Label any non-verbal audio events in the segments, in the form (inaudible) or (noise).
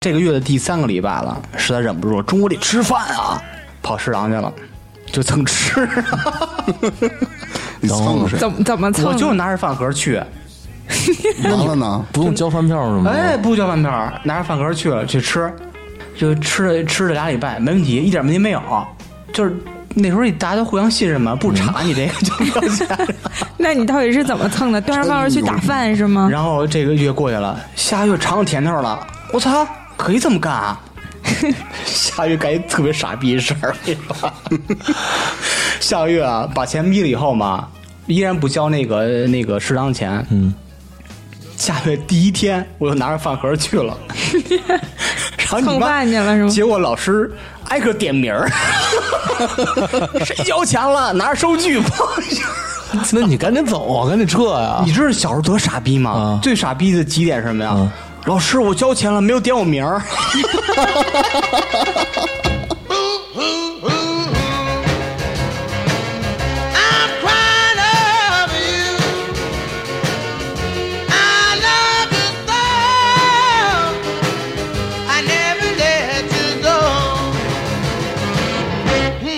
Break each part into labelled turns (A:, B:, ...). A: 这个月的第三个礼拜了，实在忍不住了，中午得吃饭啊，跑食堂去了，就蹭吃，
B: 你蹭 (laughs) 谁？
C: 怎么怎么蹭？
A: 我就拿着饭盒去，
B: 完了呢？
D: 不用交饭票什么
A: 哎，
D: 的。
A: 不交饭票儿，拿着饭盒儿去了去吃，就吃了吃了俩礼拜，没问题，一点问题没有。就是那时候大家都互相信任嘛，不查你这个就不要钱。
C: 那你到底是怎么蹭的？端着饭盒去打饭是吗？
A: 然后这个月过去了，下月尝到甜头了，我操，可以这么干
C: (laughs)
A: 啊！下月干一特别傻逼的事儿，我跟你说，下个月啊，把钱眯了以后嘛，依然不交那个那个食堂钱，嗯，下月第一天我又拿着饭盒去
C: (laughs)
A: 了，然后你妈
C: 蹭饭去了是吗
A: 结果老师挨个点名儿， (laughs) 谁交钱了？拿着收据吧。
D: 哎那你赶紧走啊，赶紧撤呀
A: 你！知道小时候多傻逼吗？
D: 啊
A: 最傻逼的几点是什么呀？老师，我交钱了，没有点我名儿。
E: Ooh, ooh, I'm crying over you. I love you so. I never let you go.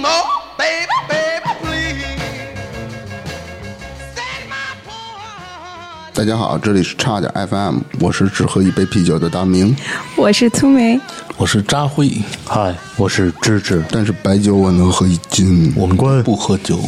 E: Oh, baby, baby, please set my poor heart.
B: 大家好，这里是差点 FM，我是只喝一杯啤酒的大明，
C: 我是粗 (laughs) 梅，
D: 我是扎辉，
A: 嗨，我是芝芝。
B: 但是白酒我能喝一斤。
D: 我们不喝酒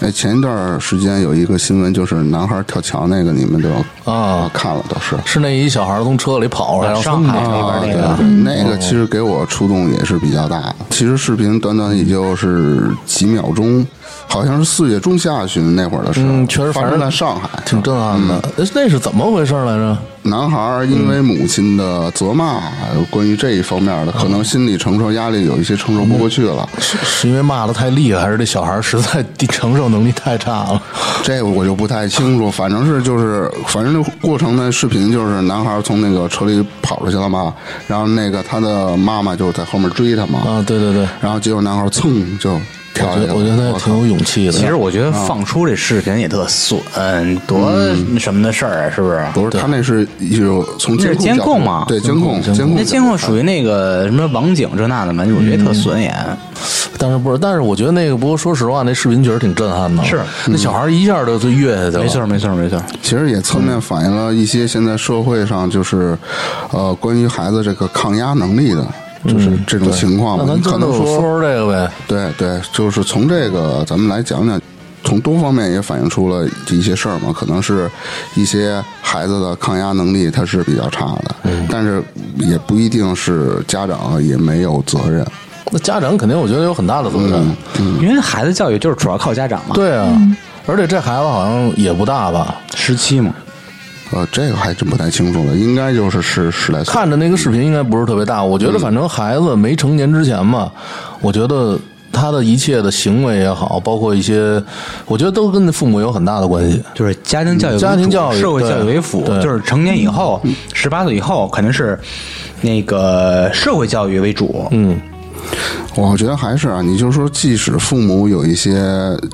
B: 哎，前一段时间有一个新闻，就是男孩跳桥那个，你们都
D: 啊。
B: 看了，都是。
D: 是那一小孩从车里跑出来，然后
A: 上海
D: 冲进去
A: 那
B: 啊，
A: 边那
B: 对
A: 个，
B: 对，
D: 嗯
B: 那个其实给我触动也是比较大的。其实视频短短也就是几秒钟，好像是四月中下旬那会儿的事儿。
D: 嗯确实
B: 发
D: 反
B: 生
D: 正
B: 在上海。
D: 挺震撼的。那那是怎么回事来着？
B: 男孩儿因为母亲的责骂，关于这一方面的，可能心理承受压力有一些承受不过去了。
D: 是是因为骂的太厉害，还是这小孩实在地承受能力太差了？
B: 这个我就不太清楚，反正是就是，反正这过程的视频就是男孩从那个车里跑出去了嘛，然后那个他的妈妈就在后面追他嘛，
D: 啊，对对对，
B: 然后结果男孩蹭就跳
D: 我
B: 下
D: 觉
B: 去
D: 得
B: 了。
D: 我觉得他也挺有勇气的。
A: (laughs) 其实我觉得放出这视频也特损，多
D: 嗯
A: 什么的事儿啊，是不是？
B: 不是他那是有从监
A: 那是监
B: 角
A: 控
B: 度
A: 嘛
B: 对监控
D: 监控
B: 监控
A: 那监控属于那个什么网警这那的嘛，我觉得特
D: 嗯
A: 损眼。
D: 但是不是？但是我觉得那个，不过说实话，那视频确实挺震撼的。
A: 是
D: 那小孩一下就就跃下去了。
A: 没错，没错，没错。
B: 其实也侧面反映了一些现在社会上就是，呃，关于孩子这个抗压能力的，就是这种情况
D: 嗯那
B: 嘛。
D: 咱
B: 你
D: 就
B: 可
D: 那
B: 能
D: 我说
B: 说，
D: 说这个呗。
B: 对对，就是从这个咱们来讲讲，从多方面也反映出了一些事儿嘛。可能是一些孩子的抗压能力他是比较差的，
D: 嗯
B: 但是也不一定是家长也没有责任。
D: 那家长肯定，我觉得有很大的责任。
A: 因为孩子教育就是主要靠家长嘛，
D: 嗯对啊，而且这孩子好像也不大吧？
A: 十七嘛，
B: 呃，这个还真不太清楚了，应该就是十十来岁。
D: 看着那个视频应该不是特别大。我觉得反正孩子没成年之前嘛，我觉得他的一切的行为也好，包括一些，我觉得都跟父母有很大的关系。
A: 就是家庭教育为主、
D: 家庭教育
A: 社会
D: 对
A: 教育为辅，
D: 对
A: 就是成年以后，十八岁以后肯定是那个社会教育为主。嗯，
B: 我觉得还是啊，你就说，即使父母有一些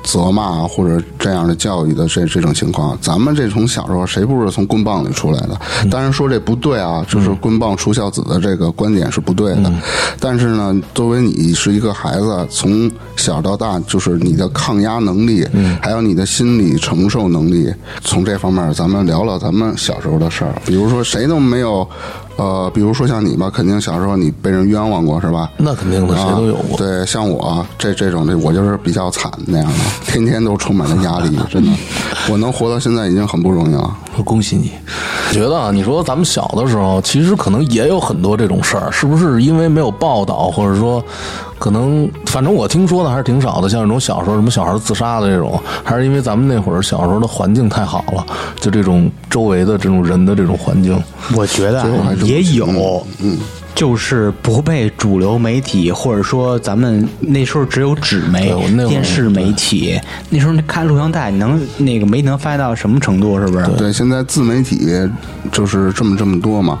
B: 责骂或者这样的教育的这这种情况，咱们这从小时候谁不是从棍棒里出来的？当然说这不对啊，就是棍棒出孝子的这个观点是不对的。但是呢，作为你是一个孩子，从小到大，就是你的抗压能力，还有你的心理承受能力，从这方面咱们聊聊咱们小时候的事儿，比如说谁都没有。呃，比如说像你吧，肯定小时候你被人冤枉过是吧？
D: 那肯定的，谁都有过。
B: 啊对，像我这这种的，我就是比较惨那样的，天天都充满了压力，真的。我能活到现在已经很不容易了。
D: 恭喜你！我觉得啊，你说咱们小的时候，其实可能也有很多这种事儿，是不是因为没有报道，或者说，可能反正我听说的还是挺少的，像这种小时候什么小孩自杀的这种，还是因为咱们那会儿小时候的环境太好了，就这种周围的这种人的这种环境，
A: 我觉得啊
B: 最后还是
A: 也有，嗯，就是不被主流媒体或者说咱们那时候只有纸媒
D: 对我那会、儿
A: 电视媒体，那时候你看录像带，你能那个媒体能发到什么程度？是不是？
B: 对，现在自媒体就是这么这么多嘛，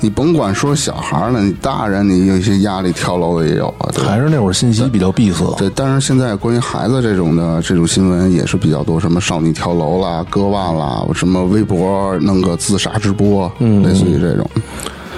B: 你甭管说小孩儿了，你大人你有一些压力，跳楼的也有啊，对吧
D: 还是那会儿信息比较闭塞。
B: 对，但是现在关于孩子这种的这种新闻也是比较多，什么少女跳楼
D: 嗯
B: 啦、割腕啦，什么微博弄个自杀直播，类似于这种。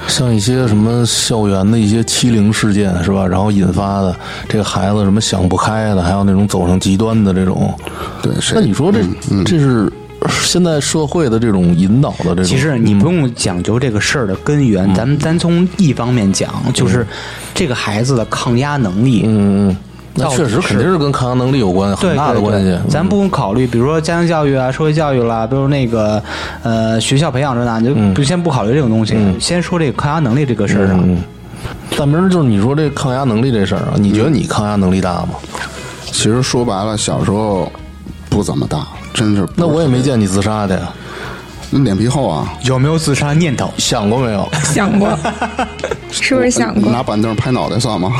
D: 像一些什么校园的一些欺凌事件是吧？然后引发的这个孩子什么想不开的，还有那种走上极端的这种。
B: 对，谁
D: 那你说这、
B: 嗯
D: 这是现在社会的这种引导的这种？
A: 其实你不用讲究这个事儿的根源，
D: 嗯
A: 咱们咱从一方面讲，就是这个孩子的抗压能力，
D: 嗯，嗯，那
A: 到底
D: 确实
A: 是
D: 肯定是跟抗压能力有关，
A: 对
D: 很大的
A: 对对
D: 关系。嗯
A: 咱不用考虑，比如说家庭教育啊、社会教育啦，比如那个呃学校培养着呢，你就
D: 嗯
A: 不先不考虑这种东西，先说这个抗压能力这个事儿上。
D: 嗯大明儿就是你说这抗压能力这事儿啊，你
B: 嗯
D: 觉得你抗压能力大吗？
B: 其实说白了，小时候不怎么大，真是不
D: 那我也没见你自杀去呀，
B: 脸皮厚啊，
A: 有没有自杀念 (laughs) 头？
D: 想过没有？
C: 想过， (laughs) 是不是想
B: (laughs)
C: 过？
B: 拿板凳拍脑袋算
C: (laughs)
B: 吗？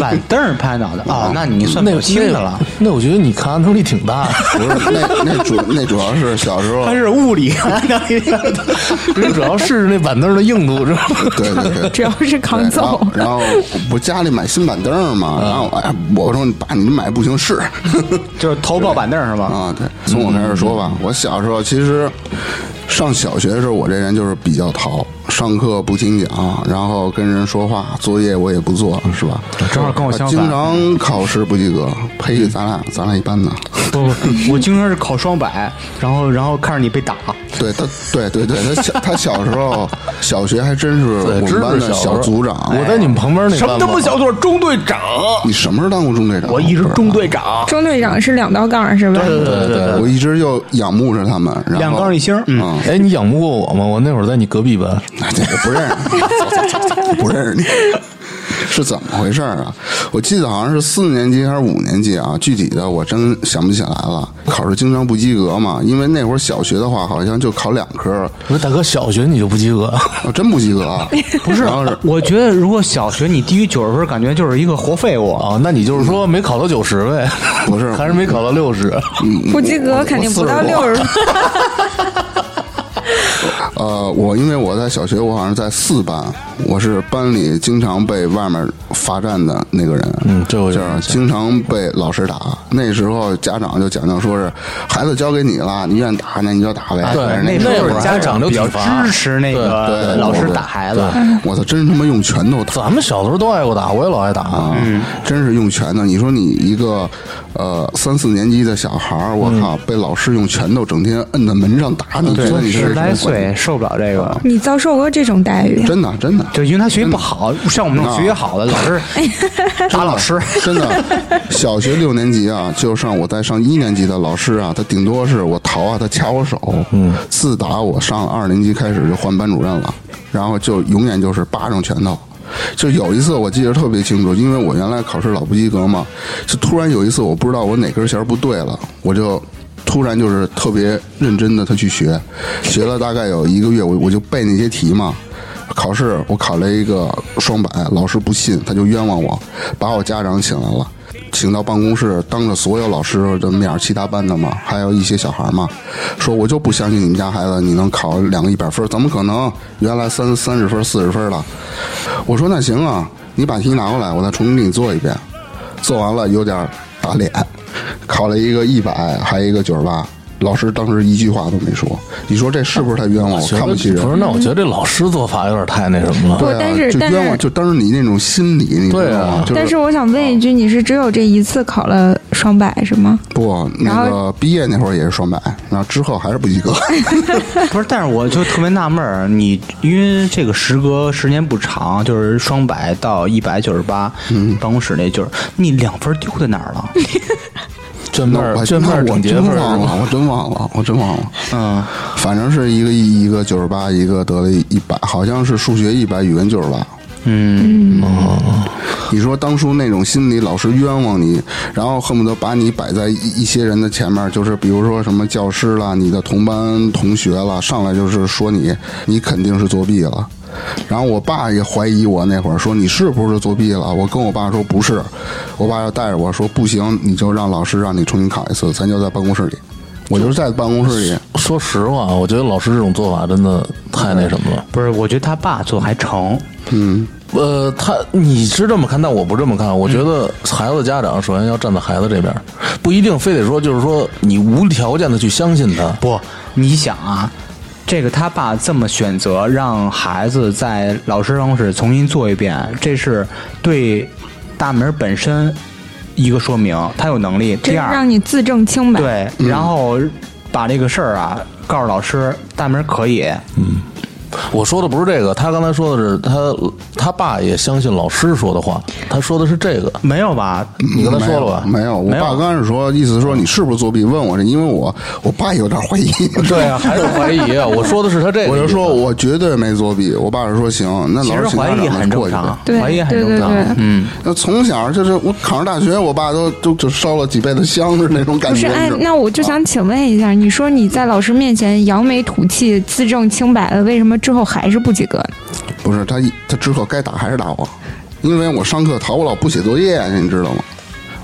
A: 板凳儿拍脑袋啊、那你算
D: 那
A: 不轻的了。
D: 那我觉得你抗压能力挺大的。
B: 不是，那那主那主要是小时候
A: 它，是物理啊抗压能力，
D: 不是，主要是那板凳的硬度，是吧？
B: 对对对，
C: 主要是扛
B: 对然
C: 揍
B: 后，然后不家里买新板凳
D: 啊
B: 嘛，然后哎，我说爸，你买不行是
A: (laughs) 就是头抱板凳儿是吧？
B: (laughs) 啊，对，从我开始说
D: 嗯
B: 吧，我小时候其实上小学的时候，我这人就是比较淘，上课不听讲，然后跟人说话，作业我也不做，是吧？
A: 正好跟我哦相
B: 啊经
D: 啊
A: 反。
B: 常考试不及格，呸，咱俩咱俩一般
A: (laughs)
B: 的。
A: 不不，我经常是考双百，然后然后看着你被打，
B: 对他，对对对，他小他小时候小学还真是 (laughs) 我
D: 对，知
B: 们班
D: 识
B: 的
D: 小
B: 小组长。
A: 哎
D: 我在你们旁边那班
A: 什么都
D: 吧
A: 不小做，中队长，
B: 你什么时候当过中队长？
A: 我一直中队长。
C: 中队长是两道杠是吧？
A: 对对
B: 我一直就仰慕着他们。然后
A: 两杠一星儿嗯
B: 嗯，
D: 哎，你仰慕过我吗？我那会儿在你隔壁班，
B: 哎这个不认识，不认识你。 (laughs) 是怎么回事儿啊？我记得好像是四年级还是五年级啊，具体的我真想不起来了。考试经常不及格嘛，因为那会儿小学的话，好像就考两科，
D: 我说大哥，小学你就不及格，
B: 啊、真不及格啊。
A: 不是
B: 然后是，
A: 我觉得如果小学你低于九十分，感觉就是一个活废物。
D: 哦，那你就是说没考到九十呗？
B: 不是嗯
D: 还是没考到六十？
C: 不及格肯定不到六十，
B: 呃，我因为我在小学，我好像在四班，我是班里经常被外面罚站的那个人。
D: 嗯这我
B: 就是
D: 有印象
B: 经常被老师打。那时候家长就讲究说是孩子交给你了，你愿意打那你就打呗。
D: 对
B: 但是
A: 那
B: 那
A: 时
D: 那会
A: 候
D: 儿
A: 家长
D: 就
A: 比较
D: 体罚
A: 支持那
B: 对
A: 个
B: 对
A: 老师
B: 对
A: 打孩子，
B: 我操，真他妈用拳头打
D: 咱们小的时候都挨过打，我也老挨打
B: 啊。！真是用拳头。你说你一个呃三四年级的小孩儿，我靠，被老师用拳头整天摁在门上打，你觉得你是
A: 十
B: 什么
A: 来
B: 管
A: 岁受不了这个。
C: 你遭受过这种待遇？
B: 真的真的
A: 就因为他学习不好，像我们这种
B: 那
A: 学习好的老师 (laughs) 打老师，
B: (laughs) 真的，小学六年级啊，就上我在上一年级的老师啊，他顶多是我逃啊，他掐我手。嗯，自打我上了二年级开始就换班主任了，然后就永远就是巴掌拳头。就有一次我记得特别清楚，因为我原来考试老不及格嘛，就突然有一次我不知道我哪根弦儿不对了，我就突然就是特别认真的他去学，学了大概有一个月，我我就背那些题嘛。考试我考了一个双百，老师不信，他就冤枉我，把我家长请来了，请到办公室，当着所有老师的面儿，其他班的嘛，还有一些小孩嘛，说我就不相信你们家孩子你能考两个一百分儿，怎么可能？原来三三十分、四十分了。我说那行啊，你把题拿过来，我再重新给你做一遍。做完了有点儿打脸，考了一个一百，还一个九十八。老师当时一句话都没说，你说这是不是太冤枉？我看不起人
D: 不。是，那我觉得这老师做法有点太那什么了。
C: 不
B: 对啊
C: 但是
B: 就
C: 但
B: 冤枉，
C: 是
B: 就当时你那种心理，你知
D: 对
B: 道
D: 啊
B: 吗？就是
C: 但是我想问一句，你是只有这一次考了双百是吗？
B: 不，
C: 然
B: 那
C: 后
B: 个毕业那会儿也是双百，然后之后还是不及
C: (laughs)
B: 格。
A: 不是？但是我就特别纳闷儿，你因为这个时隔时间不长，就是双百到一百九十八，办公室那就是你两分丢在哪儿了？
B: 那
D: 卷面
B: 我
D: 儿，
B: 真
D: 卷面儿
B: 我
D: 整洁
B: 真
D: 分儿
B: 忘了，我真忘了，我真忘了。
A: 嗯，
B: 反正是一个一一个九十八，一个得了一百，好像是数学一百，语文九十八。嗯，你说当初那种心理，老师冤枉你，然后恨不得把你摆在一一些人的前面，就是比如说什么教师啦、你的同班同学啦，上来就是说你，你肯定是作弊了。然后我爸也怀疑我那会儿，说你是不是作弊了？我跟我爸说不是，我爸就带着我说不行，你就让老师让你重新考一次，咱就在办公室里，我就是在办公室里。
D: 说实话，我觉得老师这种做法真的太那什么了。
A: 不是，我觉得他爸做还成，
B: 嗯
D: 呃，他你是这么看，但我不这么看。我觉得孩子家长首先要站在孩子这边儿，不一定非得说就是说你无条件的去相信他。
A: 不，你想啊，这个他爸这么选择让孩子在老师办公室重新做一遍，这是对大门本身一个说明，他有能力。
C: 这
A: 第二，
C: 让你自证清白。
A: 对，然后把这个事儿啊告诉老师，大门可以。
D: 我说的不是这个，他刚才说的是他他爸也相信老师说的话，他说的是这个。
A: 没有吧？
D: 你跟他说了吧？嗯
B: 没有，我
A: 没有
B: 爸刚开始说，意思说你是不是作弊？问我这，因为我我爸有点怀疑。
D: 对啊，还是怀疑 (laughs) 啊。我说的是他
A: (laughs)
D: 这个意思，
B: 我就说，我绝对没作弊。我爸就说行，那
A: 其
B: 老
A: 实
B: 师请
A: 怀
B: 家
A: 疑
B: 长
A: 很
B: 们
A: 正
B: 过去呗
A: 常，啊
C: 对
A: 怀疑很正
C: 对对对
A: 常。嗯，
B: 那从小就是我考上大学，我爸都都就烧了几辈子香是那种感
C: 不
B: 觉。
C: 是，哎
B: 你知道，吗
C: 那我就想请问一下，你说你在老师面前扬眉吐气、自证清白了，为什么之后还是不及格？
B: 不是他一他之后该打还是打我，因为我上课逃，我老不写作业，你知道吗？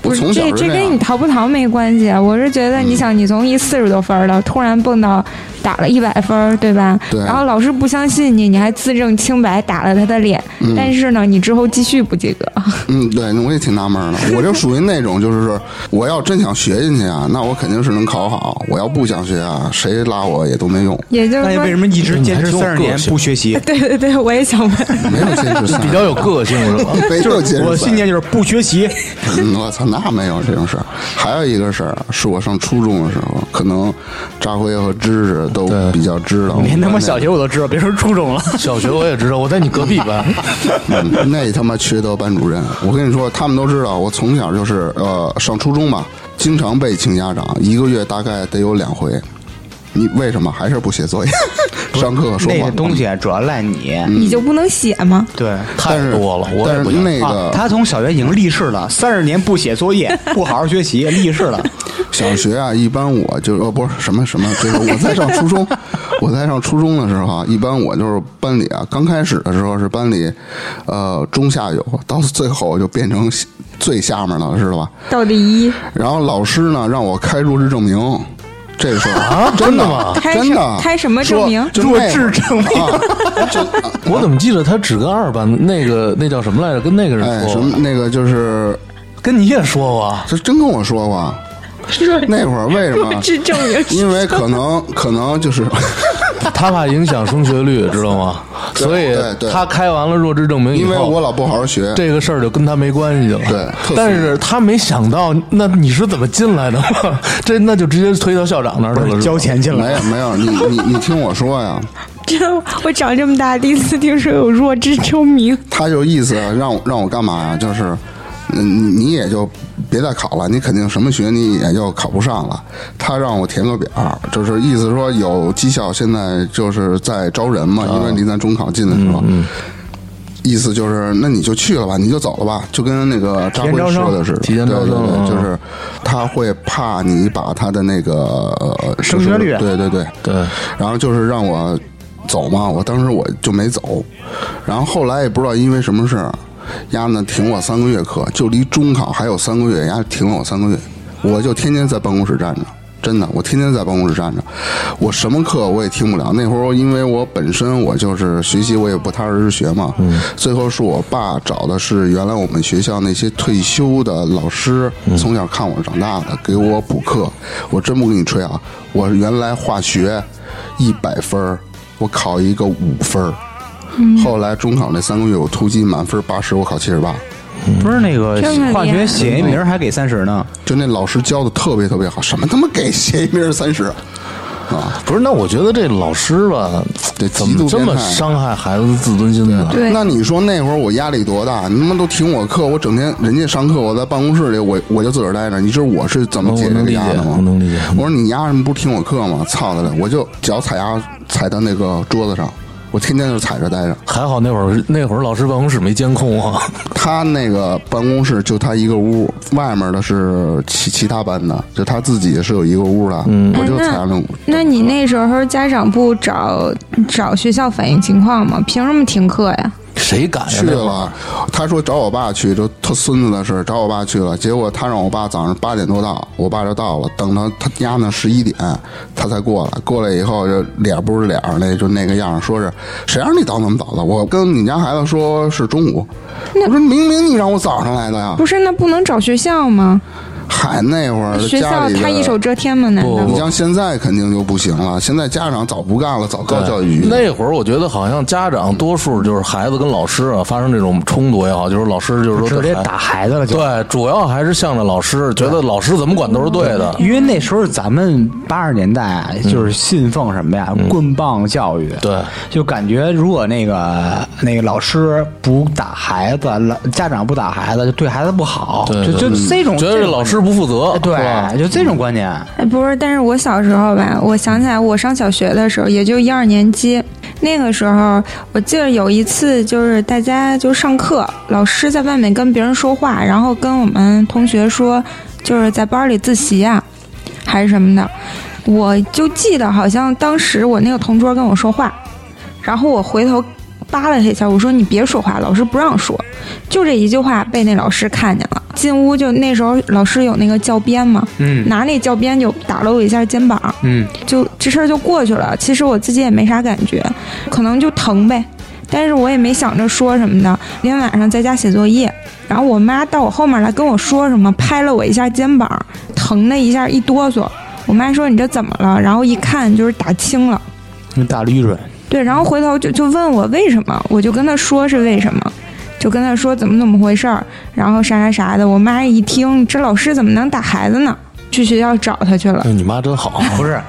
B: 我
C: 不是
B: 从小
C: 这
B: 是
C: 这跟你
B: 样。嗯
C: 逃不逃没关系，啊我是觉得你想你从一四十多分儿的突然蹦到打了一百分儿，对吧？
B: 对
C: 然后老师不相信你，你还自证清白打了他的脸，但是呢，你之后继续不及格。
B: 嗯，对，我也挺纳闷的。我就属于那种，就是说我要真想学进去啊，那我肯定是能考好；我要不想学啊，谁拉我也都没用。
C: 也就是
A: 那你
C: 说
A: 为，什么一直坚持
D: 嗯还挺有
A: 三十年
D: 个性
A: 不学习？
C: 对对对，我也想问，
B: 没有坚持
A: (laughs)
B: 三，
D: 比较有个性是
B: (laughs)
D: 吧？
B: 没有坚持
A: 我
B: 三
A: 信念就是不学习。
B: 嗯， (laughs) 我操，那没有这种事儿。还有一个事儿，啊是我上初中的时候，可能扎辉和知识都
D: 对
B: 比较知道。
A: 连他妈小学我都知道，别说初中了。
D: 小学我也知道，我在你隔壁班。
B: 嗯，那他妈缺德班主任！我跟你说，他们都知道，我从小就是呃上初中吧，经常被请家长，一个月大概得有两回。你为什么还是不写作业？ (laughs) 上课说
A: 那
B: 话
A: 个东西啊主要赖你。
D: 嗯
C: 你就不能写吗？
A: 对。
D: 太多了，我也
B: 但
D: 不
B: 是
D: 想。
B: 那
A: 啊
B: 个、，
A: 他从小学已经立誓了，三十年不写作业，不好好学习，立誓
D: (laughs)
A: 了。
B: 小学啊，一般我就呃、不是什么什么，就是我在上初 (laughs) 中，我在上初中的时候啊，一般我就是班里啊，刚开始的时候是班里，呃中下游，到最后就变成最下面了，知道吧？
C: 到第一，
B: 然后老师呢让我开弱智证明，这事儿 (laughs) 啊，真的吗
C: 开
B: 真
C: 什
B: 的
C: 开什么证
B: 说
C: 明
B: 就
A: 弱
B: 那会
A: 智
B: 儿
A: 证明，
B: 啊，就
D: 我怎么记得他只跟二班那个那叫什么来着？跟那个人
B: 哎
D: 说
B: 什
D: 过，
B: 么那个就是，
D: 跟你也说过
B: (laughs)
D: 啊。
B: 这真跟我说过，那会儿为什么？
C: 这证明
B: 因为可能可能 (laughs) 就是。
D: 他怕影响升学率，知道吗？所以
B: 对对
D: 他开完了弱智证明以
B: 因
D: 后，
B: 为我老不好好学，
D: 这个事儿就跟他没关系了。
B: 对特别
D: 但是他没想到，那你是怎么进来的吗？这那就直接推到校长那儿去了，是吧
A: 交。钱进
B: 没
A: 来。
B: 有没有，你你你听我说呀，
C: 这我长这么大第一次听说有弱智
B: (laughs)
C: 证明，
B: 他就意思让我让我干嘛呀？就是，嗯，你你也就别再考了，你肯定什么学你也就考不上了。他让我填个表儿，就是意思说有技校现在就是在招人嘛，因为
A: 哦
B: 离咱中考近的时候。
A: 嗯
B: 意思就是，那你就去了吧，你就走了吧，就跟那个扎辉
A: 提前招生
B: 说的是，
D: 提前招生
B: 对对
D: 嗯
B: 对，就是他会怕你把他的那个呃
A: 升学率
B: 就是对对对
D: 对，
B: 然后就是让我走嘛，我当时我就没走，然后后来也不知道因为什么事儿，丫呢停我三个月课，就离中考还有三个月，丫停了我三个月，我就天天在办公室站着。真的，我天天在办公室站着，我什么课我也听不了。那会儿因为我本身我就是学习，我也不踏实学嘛。最后是我爸找的是原来我们学校那些退休的老师，从小看我长大的，给我补课。我真不跟你吹啊，我原来化学一百分儿，我考一个五分儿。后来中考那三个月，我突击满分八十，我考七十八。
A: 不是那个
C: 这么厉害
A: 化学写一名儿还给三十呢，
B: 就那老师教的特别特别好，什么他妈给谁名三十啊？
D: 不是，那我觉得这老师吧，
B: 对
D: 怎么
B: 极度
D: 这
B: 变态
D: 么伤害孩子自尊心呢？
C: 对
B: 那你说那会儿我压力多大？你他妈都停我课，我整天人家上课，我在办公室里，我我就自个儿待着。你知道我是怎么解这个压的吗？
D: 我能理解我能理解
B: 我说你丫什么不是听我课吗？操他的，我就脚踩丫踩到那个桌子上，我天天就踩着待着。
D: 还好那会儿那会儿老师办公室没监控啊， (laughs)
B: 他那个办公室就他一个屋，外面的是其其他班的，就他自己是有一个屋的。
D: 嗯
B: 我就踩着那屋。
C: 那你那时候家长不找找学校反映情况吗？凭什么停课呀？
D: 谁敢呀？
B: 去
A: 啊
D: 那会儿
B: 了，他说找我爸去，就他孙子的事儿，找我爸去了。结果他让我爸早上八点多到，我爸就到了，等他他家呢十一点，他才过来。过来以后就脸不是脸儿那就那个样儿，说是谁让你到那么早的？我跟你家孩子说是中午，我说明明你让我早上来的呀。
C: 不是，那不能找学校吗？
B: 海那会儿的
C: 学
B: 家
C: 校
B: 里的
C: 他一手遮天吗？难
D: 不
B: 你
C: 道
D: 不
B: 像现在肯定就不行了，现在家长早不干了，早告教育局。
D: 那会儿我觉得好像家长多数就是孩子跟老师啊发生这种冲突也好，就是老师就是说
A: 直接
D: 对
A: 打孩子了就。
D: 对，主要还是向着老师，觉得老师怎么管都是对
C: 嗯
D: 的。
A: 因为那时候咱们八十年代啊，就是信奉什么呀？棍棒教育。
D: 嗯对
A: 就感觉如果那个那个老师不打孩子，老家长不打孩子，就对孩子不好。
D: 对
A: 就就这种
D: 觉得
A: 这
D: 这
A: 种
D: 老师不负责，是吧
A: 对，就这种观念。
C: 哎，不是，但是我小时候吧，我想起来，我上小学的时候，也就一二年级，那个时候，我记得有一次，就是大家就上课，老师在外面跟别人说话，然后跟我们同学说，就是在班里自习啊，还是什么的，我就记得好像当时我那个同桌跟我说话，然后我回头。扒拉他一下，我说你别说话，老师不让说。就这一句话被那老师看见了，进屋就那时候老师有那个教鞭嘛，
A: 嗯
C: 拿那教鞭就打了我一下肩膀，
A: 嗯，
C: 就这事儿就过去了。其实我自己也没啥感觉，可能就疼呗。但是我也没想着说什么的。那天晚上在家写作业，然后我妈到我后面来跟我说什么，拍了我一下肩膀，疼的一下一哆嗦。我妈说你这怎么了？然后一看就是打青了。
A: 你打绿准。
C: 对，然后回头就就问我为什么，我就跟他说是为什么，就跟他说怎么怎么回事儿，然后啥啥啥的。我妈一听，这老师怎么能打孩子呢？去学校找他去了
D: 哎。你妈真好。
A: (laughs) 不是，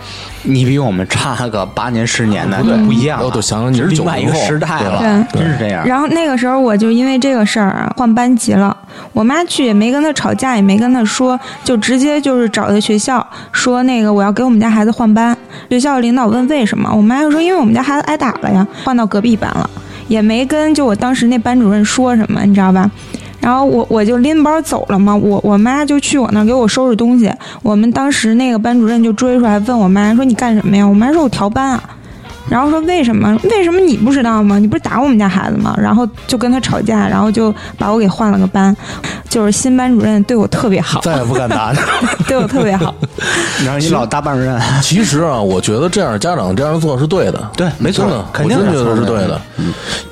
A: 你比我们差个八年十年的，就不一样了。啊
D: 哎我都想着你是
A: 另外一个
D: 90后
A: 时代了
C: 对，
A: 真是这样。
C: 然后那个时候我就因为这个事儿啊换班级了，我妈去也没跟他吵架，也没跟他说，就直接就是找的学校说那个我要给我们家孩子换班。学校领导问为什么，我妈就说因为我们家孩子挨打了呀，换到隔壁班了，也没跟就我当时那班主任说什么，你知道吧？然后我我就拎包走了嘛，我我妈就去我那儿给我收拾东西。我们当时那个班主任就追出来问我妈说你干什么呀？我妈说我调班啊。然后说为什么？为什么你不知道吗？你不是打我们家孩子吗？然后就跟他吵架，然后就把我给换了个班。就是新班主任对我特别好，
D: 再也不敢打
C: (laughs)
D: 你。
C: 对我特别好。
A: 然后你老搭班主任，
D: 其实啊，我觉得这样家长这样做是对的，
A: 对没错
D: 真的嗯
A: 肯定
D: 我
A: 是
D: 真觉得是
A: 错
D: 对
A: 的
D: 的。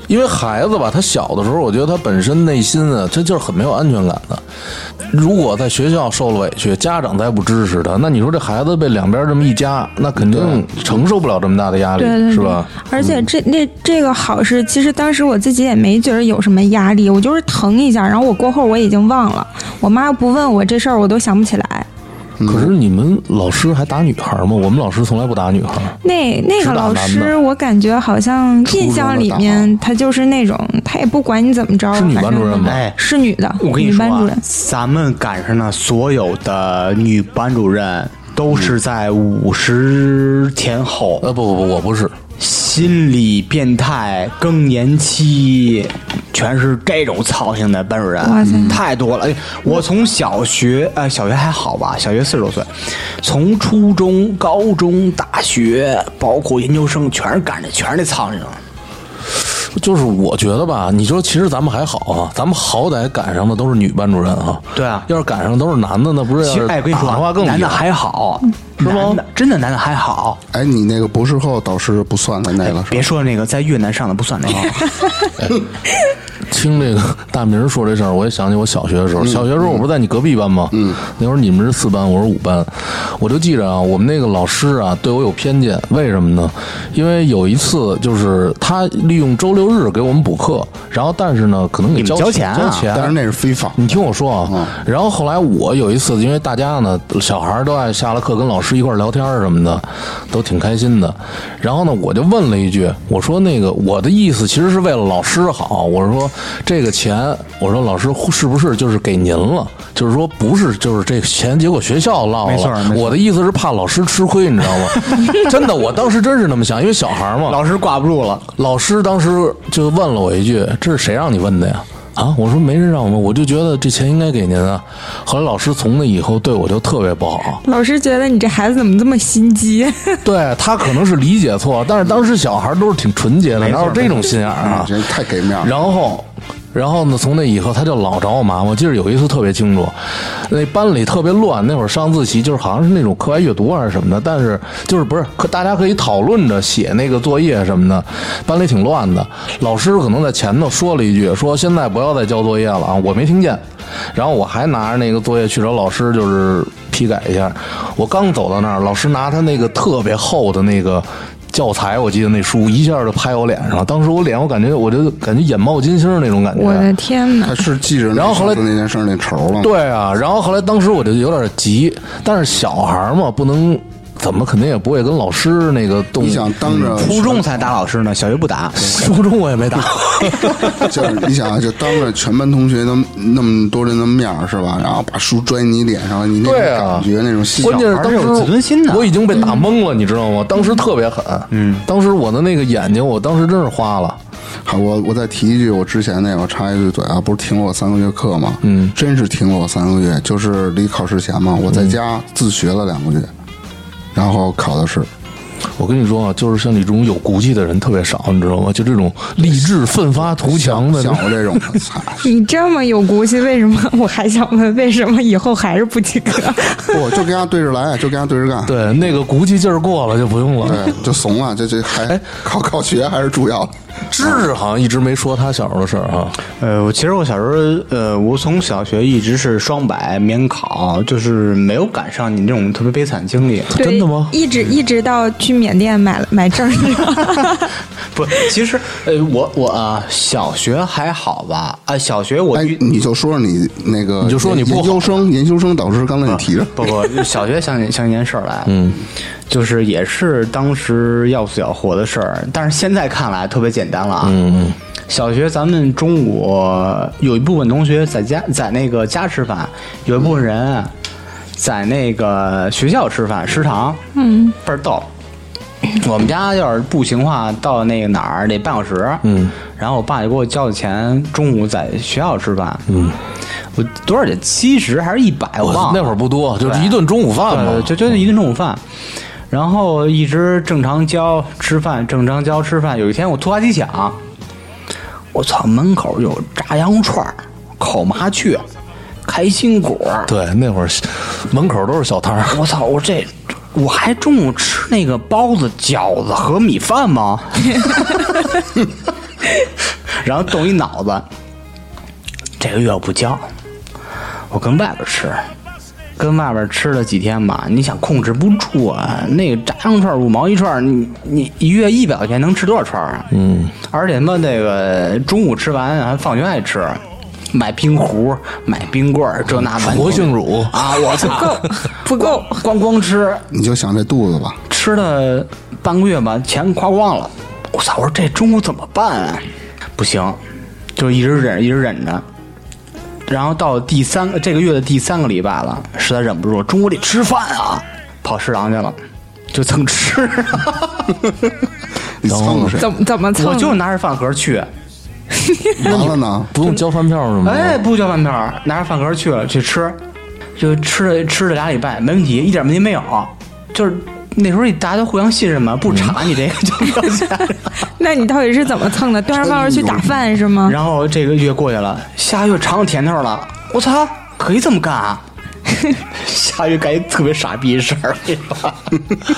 D: 因为孩子吧，他小的时候，我觉得他本身内心啊，他就是很没有安全感的。如果在学校受了委屈，家长再不支持他，那你说这孩子被两边这么一夹，那肯定承受不了这么大的压力，
C: 对对对
D: 是吧？嗯
C: 而且这那这个好是，其实当时我自己也没觉得有什么压力，我就是疼一下，然后我过后我已经忘了。我妈不问我这事儿，我都想不起来。
D: 可是你们老师还打女孩吗？我们老师从来不打女孩。
C: 那那
D: 是
C: 个
D: 打
C: 老
D: 男
C: 师，
D: 的
C: 我感觉好像印象里
B: 初中
C: 面他就是那种，他也不管你怎么着，
D: 是女
C: 反
D: 班
C: 正
D: 主任吗
A: 哎
C: 是女的，
A: 我跟你
C: 女
A: 说、
C: 班主
A: 啊
C: 任，。
A: 咱们赶上了所有的女班主任都是在五十前后，
D: 呃，不不不，我不是，
A: 心理变态、更年期，全是这种操性的班主任，
C: 哇塞
A: 太多了。哎我从小学，呃，小学还好吧，小学四十多岁，从初中、高中、大学，包括研究生，全是赶着，全是那操性。
D: 就是我觉得吧，你说其实咱们还好啊，咱们好歹赶上的都是女班主任啊。
A: 对啊
D: 要是赶上都是男的，那不是
A: 其实，哎，我跟你说
D: 打的话
A: 啊，
D: 更厉害
A: 男的还好，
D: 是吗
A: 男的真的男的还好。
B: 哎，你那个博士后导师不算在内
C: 哎
B: 了，是
A: 别
B: 吧？
A: 说那个在越南上的不算那
D: (laughs)
A: 个，
D: 听这个大明说这事儿，我也想起我小学的
A: 嗯
D: 时候。小学时候我不是在你隔壁班吗？嗯，那会儿你们是四班，我是五班。我就记着啊，我们那个老师啊，对我有偏见，为什么呢？因为有一次就是他利用周六日给我们补课，然后但是呢，可能给
A: 你们
D: 交
A: 交钱啊
D: 交钱，
B: 但是那是非法。
D: 你听我说啊，然后后来我有一次，因为大家呢，小孩儿都爱下了课跟老师一块儿聊天儿什么的，都挺开心的。然后呢，我就问了一句，我说那个我的意思其实是为了老师好，我说这个钱，我说老师是不是就是给您了？就是说不是，就是这钱结果学校落了。
A: 没错儿没错儿
D: 我的意思是怕老师吃亏，你知道吗？真的，我当时真是那么想，因为小孩儿嘛，
A: 老师挂不住了。
D: 老师当时就问了我一句：“这是谁让你问的呀？”啊，我说没人让我问，我就觉得这钱应该给您啊。后来老啊师从那以后对我就特别不
A: (laughs)
D: 好，
C: 老师觉得你这孩子怎么这么心机？
D: (laughs) 对啊他可能是理解错，但是当时小孩都是挺纯洁的，
A: 没
D: 哪
A: 错
C: 嗯
D: 有这种心眼儿
B: 啊
D: 啊，？
B: 这太给面儿了。
D: 然后然后呢，从那以后他就老找我麻烦。我记得有一次特别清楚，那班里特别乱，那会儿上自习就是好像是那种课外阅读还是什么的，但是就是不是可大家可以讨论着写那个作业什么的，班里挺乱的。老师可能在前头说了一句，说现在不要再交作业了啊，我没听见。然后我还拿着那个作业去找老师，就是批改一下。我刚走到那儿，老师拿他那个特别厚的那个教材，我记得那书一下就拍我脸上了。当时我脸，我感觉我就感觉眼冒金星那种感觉。
C: 我的天哪
B: 他！是记着那
D: 然后后来
B: 上次那件事儿那仇了吗？
D: 对啊，然后后来当时我就有点急，但是小孩儿嘛，不能怎么肯定也不会跟老师那个动。
B: 你想
D: (laughs)
B: 当
D: 嗯
B: 着
A: 初中才打老师呢，小学不打。
D: 初中我也没打，
B: 就是你想啊，就当着全班同学那么那么多人的面儿是吧？然后把书拽你脸上，你那种
D: 对啊
B: 感觉，那种心
D: 关键是当时
A: 小孩儿是有自尊心的
D: 我已经被打懵了，你知道吗？当时特别狠，嗯，当时我的那个眼睛，我当时真是花了。
B: 好，我我再提一句，我之前那个我插一句嘴啊，不是停了我三个月课吗？嗯，真是停了我三个月，就是离考试前嘛，我
D: 嗯
B: 在家自学了两个月，然后考的试。
D: 我跟你说啊，就是像你这种有骨气的人特别少，你知道吗？就这种励志奋发图强的那
B: 像
D: 种，
B: 我这种的，
D: (laughs)
B: 操！
C: 你这么有骨气，为什么？ (laughs) 我还想问，为什么以后还是不及格？
B: 我就跟他对着来，就跟他对着干，哎
D: 对那个骨气劲儿过了就不用了。
B: 对，就怂了，这这
D: 哎
B: 还考考学还是主要的。
D: 芝芝好像一直没说他小时候的事儿哈。
A: 呃，我其实我小时候，呃，我从小学一直是双百免考，就是没有赶上你这种特别悲惨的经历。
C: 对
D: 真的吗
C: 一直一直到去缅甸买了买证儿，
A: 不，其实，呃，我我啊、小学还好吧？啊、小学我
B: 哎
A: 遇，
B: 你就说你那个，
D: 你就说你不好
B: 研究生，研究生导师刚才
D: 嗯
B: 你提着，
A: 不不，小学想起想起一件事儿来，嗯，就是也是当时要死要活的事儿，但是现在看来特别简单了啊。嗯嗯。小学咱们中午有一部分同学在家在那个家吃饭，有一部分人在那个学校吃饭食堂，嗯，倍儿逗。我们家要是步行的话，到那个哪儿得半小时。嗯，然后我爸就给我交的钱，中午在学校吃饭。嗯，哦我多少得七十还是一百，哎我
D: 我
A: 忘了。
D: 那会儿不多，就是
A: 对
D: 一顿中午饭嘛
A: 对，。就就一顿中午饭，然后一直正常教吃饭，正常教吃饭。有一天我突发奇想，我操，门口有炸羊肉串儿、烤麻雀、开心果儿，
D: 对，那会儿门口都是小摊儿。
A: 我操，我这。我还中午吃那个包子、饺子和米饭吗？ (laughs) 然后动一脑子，这个月我不交，我跟外边吃，跟外边吃了几天吧，你想控制不住啊？那个炸羊肉串五毛一串儿，你你一月一百块钱能吃多少串儿啊？嗯，而且他妈那个中午吃完还放学爱吃，买冰壶、买冰棍儿，这那玩意儿
D: 活性乳
A: 啊！我 (laughs) 操，
C: 不够。
A: 光光吃
B: 你就想这肚子吧，
A: 吃了半个月吧，钱花光了。我操！我说这中午怎么办啊？不行，就一直忍，一直忍着。然后到第三个这个月的第三个礼拜了，实在忍不住了，中午得吃饭啊，跑食堂去了，就蹭吃。 (laughs)
B: 你蹭谁？
C: 怎么怎么蹭？
A: 我就拿着饭盒去，
B: 完了呢？
D: 不用交饭票什么的。
A: 哎，不交饭票儿，拿着饭盒去了去吃，就吃了吃了俩礼拜，没问题，一点问题没有。就是那时候大家都互相信任嘛，不查你这个就不要钱。
C: 那你到底是怎么蹭的？端着饭盒去打饭是吗？
A: 然后这个月过去了，下月尝到甜头了，我操，可以这么干
C: (laughs)
A: 啊！下月干一特别傻逼的事儿，你知道吧？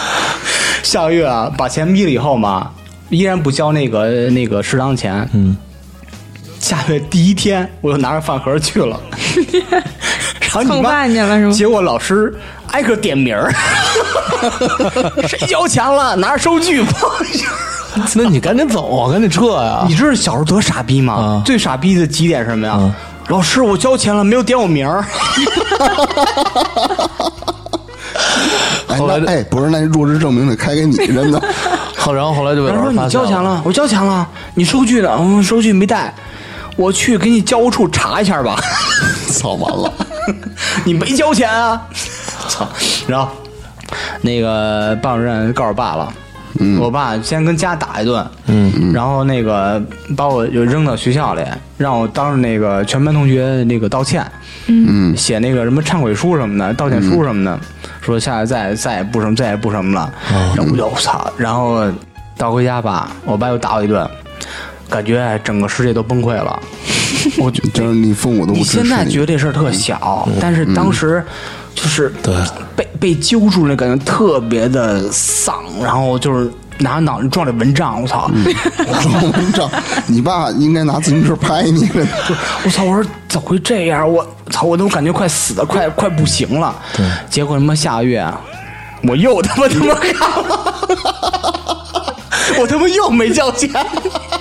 A: (laughs) 下月啊，把钱逼了以后嘛，依然不交那个那个食堂钱。嗯。下月第一天，我又拿着饭盒去
C: (laughs)
A: 了，然后你
C: 蹭
A: 妈
C: 饭去了是吗
A: 结果老师挨个点名儿， (laughs) 谁交钱了？拿着收据吧。
D: 那你赶紧走啊，赶紧撤呀
A: 你！知道小时候多傻逼吗？
D: 啊
A: 最傻逼的几点是什么呀？老师，我交钱了，没有点我名儿。
B: 哎，
D: 后来
B: 那哎，不是，那入职证明得开给你，真的。
D: 后然后后来就被
A: 老师说
D: 老师
A: 你
D: 发现
A: 交钱
D: 了。
A: 了，我交钱了，你收据呢？嗯，收据没带，我去给你教务处查一下 (laughs) 吧。
B: 操，完了！
A: (laughs) 你没交钱啊！ (laughs) 操，然后那个班主任告诉我爸了。我爸先跟家打一顿，嗯，然后那个把我就扔到学校里，让我当着那个全班同学那个道歉，嗯，写那个什么忏悔书什么的，道歉书什么的，说下次再再也不什么再也不什么了，
B: 哦
A: 然后我就操，然后到回家吧，我爸又打我一顿，感觉整个世界都崩溃了，我觉
B: (laughs) 就是你父母都不
A: 你
B: 支
A: 现
B: 持你。嗯
A: 在觉得这事儿特小，但是当时就是
D: 对
A: 被被揪住那感觉特别的丧，然后就是拿脑袋撞着蚊帐，我操！
B: 嗯 (laughs) 我跟你讲，你爸应该拿自行车拍你了。
A: 我操！我说怎么会这样？我操！我都感觉快死了，快快不行了。结果他妈下个月，我又他妈他妈干了，我他妈又没交钱。
C: 哎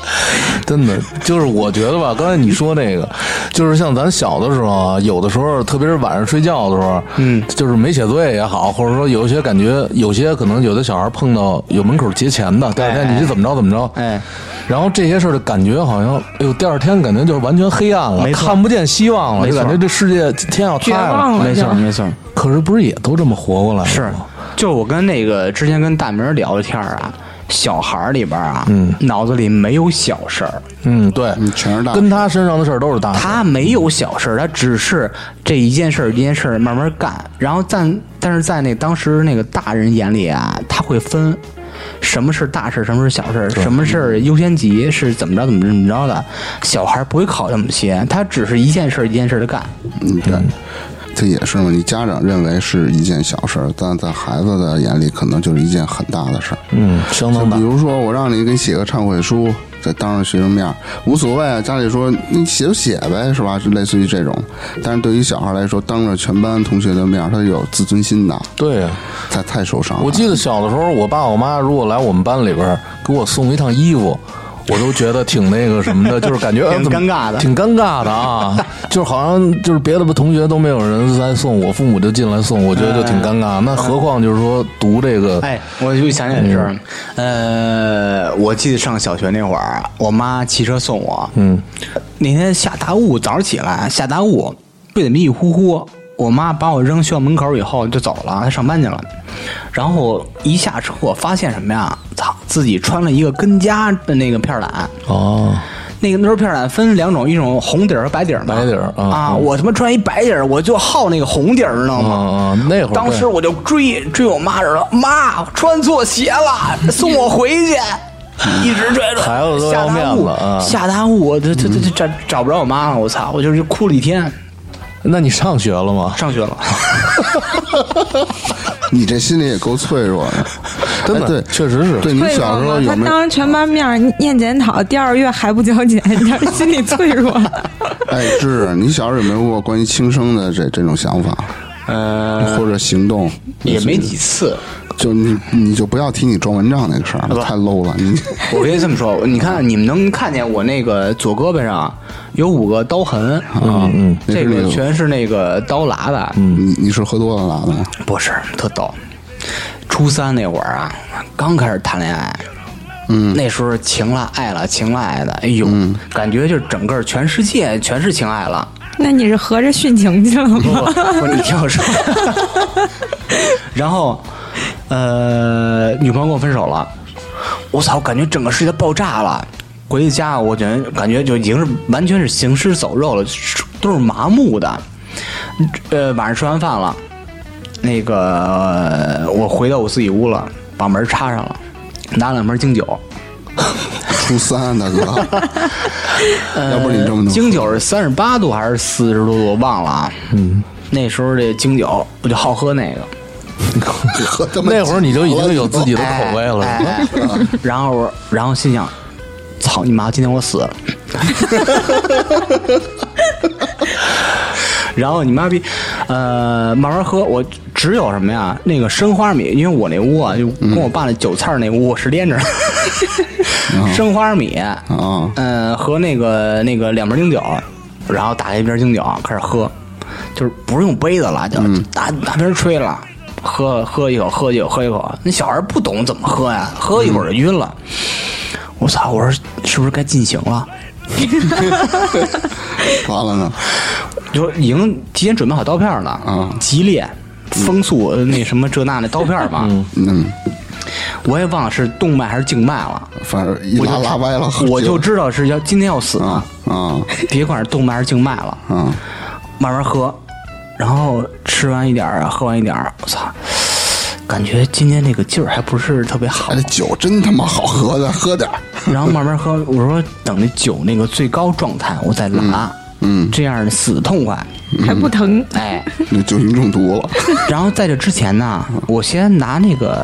D: 真的就是我觉得吧，刚才你说那个，就是像咱小的时候啊，有的时候，特别是晚上睡觉的时候，嗯，就是没写作业也好，或者说有一些感觉，有些可能有的小孩碰到有门口劫钱的，第二天你是怎么着怎么着，
A: 哎，
D: 然后这些事儿的感觉好像，哎呦，第二天感觉就是完全黑暗了，
A: 没错
D: 看不见希望了，
A: 没
D: 就
A: 错
D: 感觉这世界天要塌
C: 绝望
D: 了。
C: 了没错没
A: 错，
D: 可是不是也都这么活过来
A: (laughs)
D: 了
A: 是
D: 吗？，
A: 就是我跟那个之前跟大明聊的天儿啊，小孩儿里边儿啊，
C: 嗯
A: 脑子里没有小事儿，
D: 嗯，对，
B: 嗯全是大
D: 跟他身上的事儿都是大事。
A: 他没有小事儿，他只是这一件事儿一件事儿慢慢干。然后在但是在那当时那个大人眼里啊，他会分什么是大事儿，什么是小事儿，什么事儿优先级是怎么着怎么着怎么着的。小孩儿不会考那么些，他只是一件事儿一件事儿的干。
B: 嗯，对，这也是嘛。你家长认为是一件小事儿，但在孩子的眼里，可能就是一件很大的事儿。
D: 嗯，相当大
B: 比。如说，我让你给你写个忏悔书，在当着学生面儿无所谓啊。家里说你写就写呗，是吧？就类似于这种。但是对于小孩来说，当着全班同学的面儿，他有自尊心的，
D: 对啊呀、
B: 他太受伤了。
D: (laughs) 我记得小的时候，我爸我妈如果来我们班里边儿给我送一趟衣服，我都觉得挺那个什么的，就是
A: (laughs)
D: 感觉哎
A: 挺
D: 怎么
A: 尴尬的
D: (laughs) 挺尴尬的啊，就是好像就是别的同学都没有人来送，我父母就进来送，我觉得就挺尴尬。那何况就是说读这个，
A: 嗯 (laughs) 哎，我就想起来这事儿，
D: 嗯
A: 呃，我记得上小学那会儿，我妈骑车送我，嗯，那天下大雾，早上起来下大雾，睡得迷迷糊糊，我妈把我扔学校门口以后就走了，她上班去了。然后一下车，我发现什么呀？操，自己穿了一个跟家的那个片儿懒，
D: 哦，
A: 那个那时候片儿染分两种，一种红底儿和白底儿嘛。
D: 白底儿啊
A: 啊！
D: 嗯
A: 我他妈穿一白底儿，我就好那个红底儿，知道吗？
D: 嗯嗯那会儿
A: 当时我就追追我妈这了，妈我穿错鞋了，
D: (laughs)
A: 送我回去。一直追着，
D: 孩子都要面子啊嗯
A: 下大雾，我这这这这找找不着我妈了，我操！我就是哭了一天，
D: 那你上学了吗？
A: 上学
D: (laughs)
A: 了。
B: 你这心里也够脆弱的，
D: 真
B: (laughs)
D: 的
B: 哎对，
D: 确实是
B: 对你
C: 脆弱
B: 小时候
C: 吗？
B: 有
C: 他
B: 没有？
C: 当着全班面儿念检讨，第二个月还不交钱，你看 (laughs) 心理脆弱。
B: 哎，是你小时候有没有过关于轻生的这这种想法，
D: 呃
A: 嗯，
B: 或者行动？
A: (laughs) 也没几次。
B: 就你你就不要提你撞蚊帐那个事儿了，太 low 了。你
A: 我跟你这么说，你看你们能看见我那个左胳膊上有五个刀痕
D: 嗯
A: 啊，这
B: 那是那
A: 个
B: 个
A: 全是那个刀剌的。
B: 你你是喝多了拉的吗？
A: 不是，特逗。初三那会儿啊，刚开始谈恋爱，嗯，那时候情了爱了，情了爱的，哎呦，感觉就整个全世界全是情爱了。
C: 那你是合着殉情去了 (laughs)
A: 不
C: 吗？
A: 不，你听我
B: (laughs)
A: 说。然后，呃，女朋友跟我分手了，我操，感觉整个世界爆炸了。回去家，我觉得感觉就已经是完全是行尸走肉了，都是麻木的。呃，晚上吃完饭了，那个、呃我回到我自己屋了，把门插上了，拿两瓶精酒。
B: 初三大哥，
A: (laughs)
B: 要不你这么弄，
A: 京酒是三十八度还是四十多度，我忘了啊。嗯，那时候这京酒我就好喝那个，
B: 喝他妈
D: 那会儿你就已经有自己的口味了，
A: 哎哎哎然后我然后心想，操你妈，今天我死了。然后你妈逼，呃，慢慢喝。我只有什么呀？那个生花米，因为我那屋啊，就跟我爸那韭菜那屋我是连着的。生花米，
B: 啊，
A: 嗯，和那个那个两瓶精酒，然后打开一瓶精酒开始喝，就是不是用杯子了，就拿拿瓶吹了，喝喝一口，喝一口，喝一口。那小孩不懂怎么喝呀，喝一会儿就晕了。我操！我说是不是该进行了？
B: 完了呢，
A: 就已经提前准备好刀片了
B: 啊
A: 激烈。风速呃那什么这那那刀片嘛，
B: 嗯，
A: 我也忘了是动脉还是静脉了，
B: 反正一
A: 我
B: 拉
A: 就
B: 拉歪了，
A: 我就知道是要今天要死了
B: 啊，啊
A: 别管是动脉还是静脉了，
B: 啊，
A: 慢慢喝，然后吃完一点儿啊，喝完一点儿，我操，感觉今天这个劲儿还不是特别好
B: 哎哎，。这酒真他妈好喝的，喝点儿
A: (laughs) 然后慢慢喝。我说等那酒那个最高状态，我再拉。嗯，这样死痛快。
C: 还不疼。
A: 哎，
B: 那酒精中毒了。
A: 然后在这之前呢，我先拿那个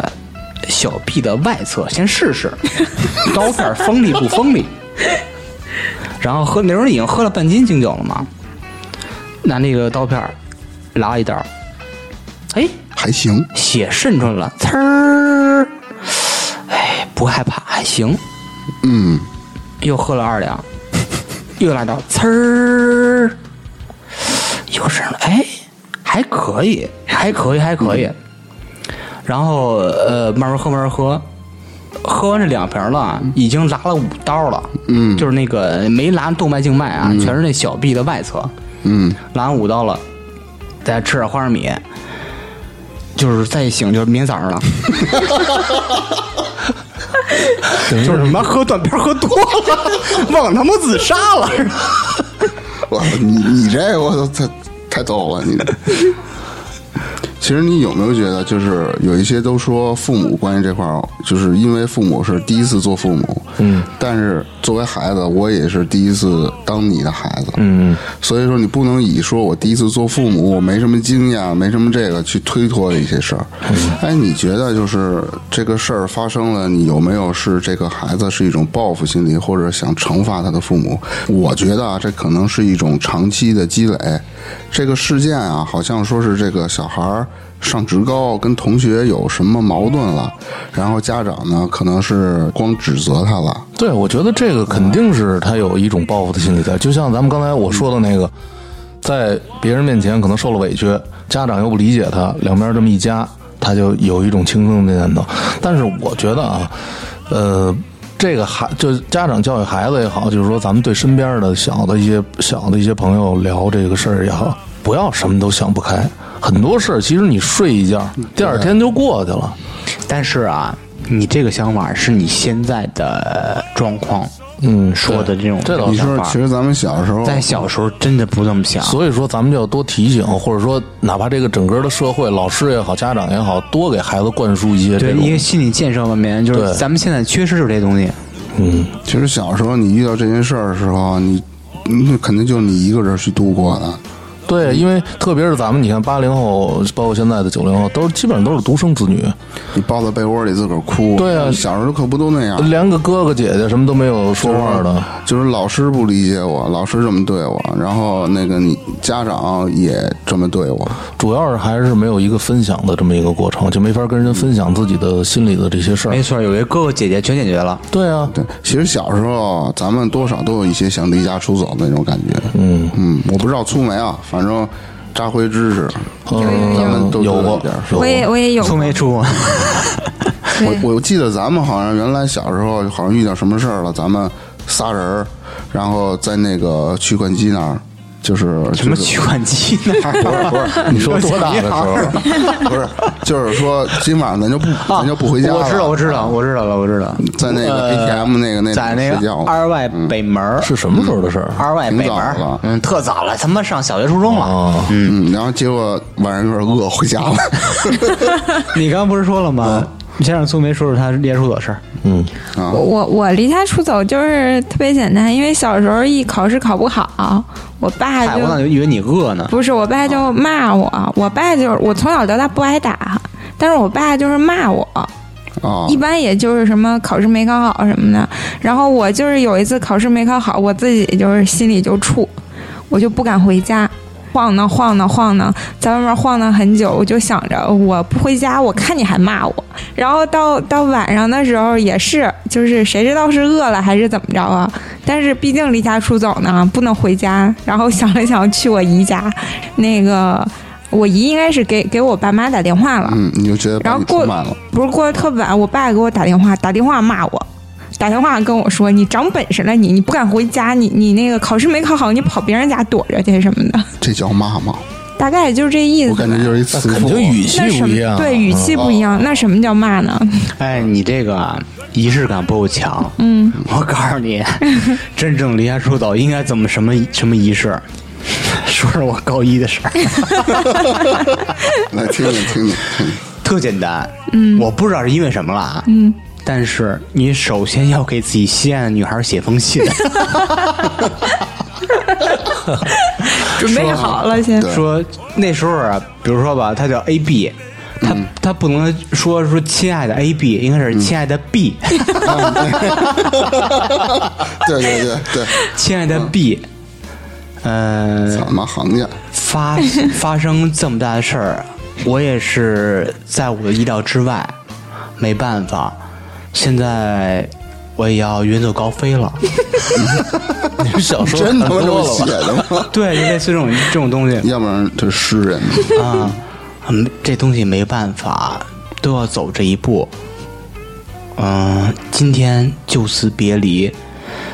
A: 小臂的外侧先试试，刀片锋利不锋利。然后喝那时候已经喝了半斤精酒了嘛，拿那个刀片儿拉一刀，哎，
B: 还行，
A: 血渗出来了，呲儿，哎，不害怕，还行。
B: 嗯，
A: 又喝了二两，又来到呲儿，又是哎，还可以，还可以，还可
B: 嗯
A: 以。然后呃，慢慢喝，慢慢喝，喝完这两瓶了，啊
B: 嗯
A: 已经拉了五刀了。嗯，就是那个没拉动脉静脉啊，全是那小臂的外侧。
B: 嗯，
A: 拉完五刀了，再吃点花生米，就是再一醒就是明天早上了。就是他妈喝断片喝多了，忘他妈自杀了。
B: (laughs) 我你你这我操，太太逗了你。 (laughs) 其实你有没有觉得，就是有一些都说父母关系这块儿，就是因为父母是第一次做父母，嗯，但是作为孩子，我也是第一次当你的孩子，嗯，所以说你不能以说我第一次做父母，我没什么经验，没什么这个去推脱一些事儿。哎，你觉得就是这个事儿发生了，你有没有是这个孩子是一种报复心理，或者想惩罚他的父母？我觉得啊，这可能是一种长期的积累。这个事件啊，好像说是这个小孩儿上职高，跟同学有什么矛盾了，然后家长呢，可能是光指责他了。
D: 对，我觉得这个肯定是他有一种报复的心理在，就像咱们刚才我说的那个，在别人面前可能受了委屈，家长又不理解他，两边这么一夹，他就有一种轻生的念头。但是我觉得啊，呃，这个孩就是家长教育孩子也好，就是说咱们对身边的小的一些小的一些朋友聊这个事儿也好，不要什么都想不开，很多事儿其实你睡一觉，
A: 嗯
D: 第二天就过去了。
A: 但是啊，你这个想法是你现在的状况，嗯，说的这种
D: 这倒
A: 种
B: 你说
A: 想，法
B: 其实咱们小时候，
A: 在小时候真的不这么想。
D: 所以说，咱们就要多提醒，或者说，哪怕这个整个的社会，老师也好，家长也好，多给孩子灌输一些
A: 对
D: 这
A: 一
D: 种
A: 个心理建设方面，就是
D: 对
A: 咱们现在缺失就是这东西。
B: 其实小时候你遇到这件事儿的时候，你那肯定就是你一个人去度过的。
D: 对，因为特别是咱们，你看八零后，包括现在的九零后，都基本上都是独生子女，
B: 你抱在被窝里自个儿哭，
D: 对啊
B: 小时候可不都那样。
D: 连个哥哥姐姐什么都没有说话的。
B: 就是啊老师不理解我，老师这么对我，然后那个你家长也这么对我，
D: 主要是还是没有一个分享的这么一个过程，就没法跟人分享自己的心里的这些事儿
A: 没。错，有一个哥哥姐姐全解决了。
D: 对啊，
B: 对，其实小时候咱们多少都有一些想离家出走的那种感觉。嗯嗯，我不知道粗眉啊，反正扎回知识，咱们
D: 嗯，
B: 都
D: 有
B: 知道一
D: 过
B: 点儿。，
D: 有
C: 我
D: 过。
C: 也我也有
A: 出没出？
C: 对
B: 我我记得咱们好像原来小时候好像遇到什么事儿了，咱们仨人儿，然后在那个取款机那儿，就是
A: 什么取款机呢？ (laughs)
B: 不是不是，你说多大的时候？不是，就是说今晚咱就不咱就不回家
A: 啊
B: 了。
A: 我知道，我知道，我知道了，我知道。
B: 在那个 ATM 那个那
A: 在那
B: 睡觉
A: 个二外北门儿
D: 是什么时候的事儿？
A: 二外北门
B: 挺早
A: 儿
B: 了，
A: 嗯，特早了，他哦妈上小学初中了。
D: 啊，
B: 嗯，然后结果晚上有点饿，回家了。
A: 你刚刚不是说了吗？你先让苏梅说说她离家出走的事儿。
D: 嗯，
B: 啊
C: 我，我我离家出走就是特别简单，因为小时候一考试考不好，我爸
A: 嗨，
C: 就
A: 我哎咋就以为你饿呢？
C: 不是我爸就骂我，我爸就是我从小到大不挨打，但是我爸就是骂我，
B: 啊
C: 一，般也就是什么考试没考好什么的。然后我就是有一次考试没考好，我自己就是心里就怵，我就不敢回家。晃荡晃荡晃荡，在外面晃荡很久，我就想着我不回家，我看你还骂我。然后到到晚上的时候也是，就是谁知道是饿了还是怎么着啊？但是毕竟离家出走呢，不能回家。然后想了想，去我姨家，那个我姨应该是给给我爸妈打电话了，
B: 嗯，你就觉得把
C: 然后
B: 你
C: 过
B: 出卖了。
C: 不是过得特晚，我爸给我打电话，打电话骂我，打电话跟我说你长本事了你，你不敢回家，你你那个考试没考好，你跑别人家躲着去什么的，
B: 这叫骂吗？
C: 大概也就是这意
B: 我
C: 思吧。
B: 感觉就是一
D: 那
B: 慈
D: 肯
B: 父。
D: 定语
C: 那
D: 气
C: 什
D: 不一
C: 么
D: 样。啊
C: 对语气不一样，那什么叫骂呢？
A: 哎，你这个啊仪式感不够强。嗯，我告诉 (laughs) 你，真正离家出走应该怎么什么什么仪式？说说我高一的事 (laughs) 儿，
B: 来听听听听听，
A: 特简单。嗯，我不知道是因为什么了啊。嗯，但是你首先要给自己心爱的女孩写封信，
C: 准备好
A: (laughs)
C: 了先。
A: 说那时候啊，比如说吧，他叫 A B，他、他不能说说亲爱的 A B，应该是亲爱的 B，、
B: 对对对对，
A: 亲爱的 B，嗯、呃，
B: 怎么行家？
A: 发发生这么大的事儿，我也是在我的意料之外，没办法。现在我也要远走高飞了。
D: 你们嗯小时候
B: 真他
D: 看
B: 妈
D: 哦多
B: 这么
D: 了
B: 写
D: 吧？
B: 的吗？
A: 对，就类似这种这种东西
B: 要不然这诗人，
A: 啊，嗯，这东西没办法，都要走这一步。嗯、今天就此别离。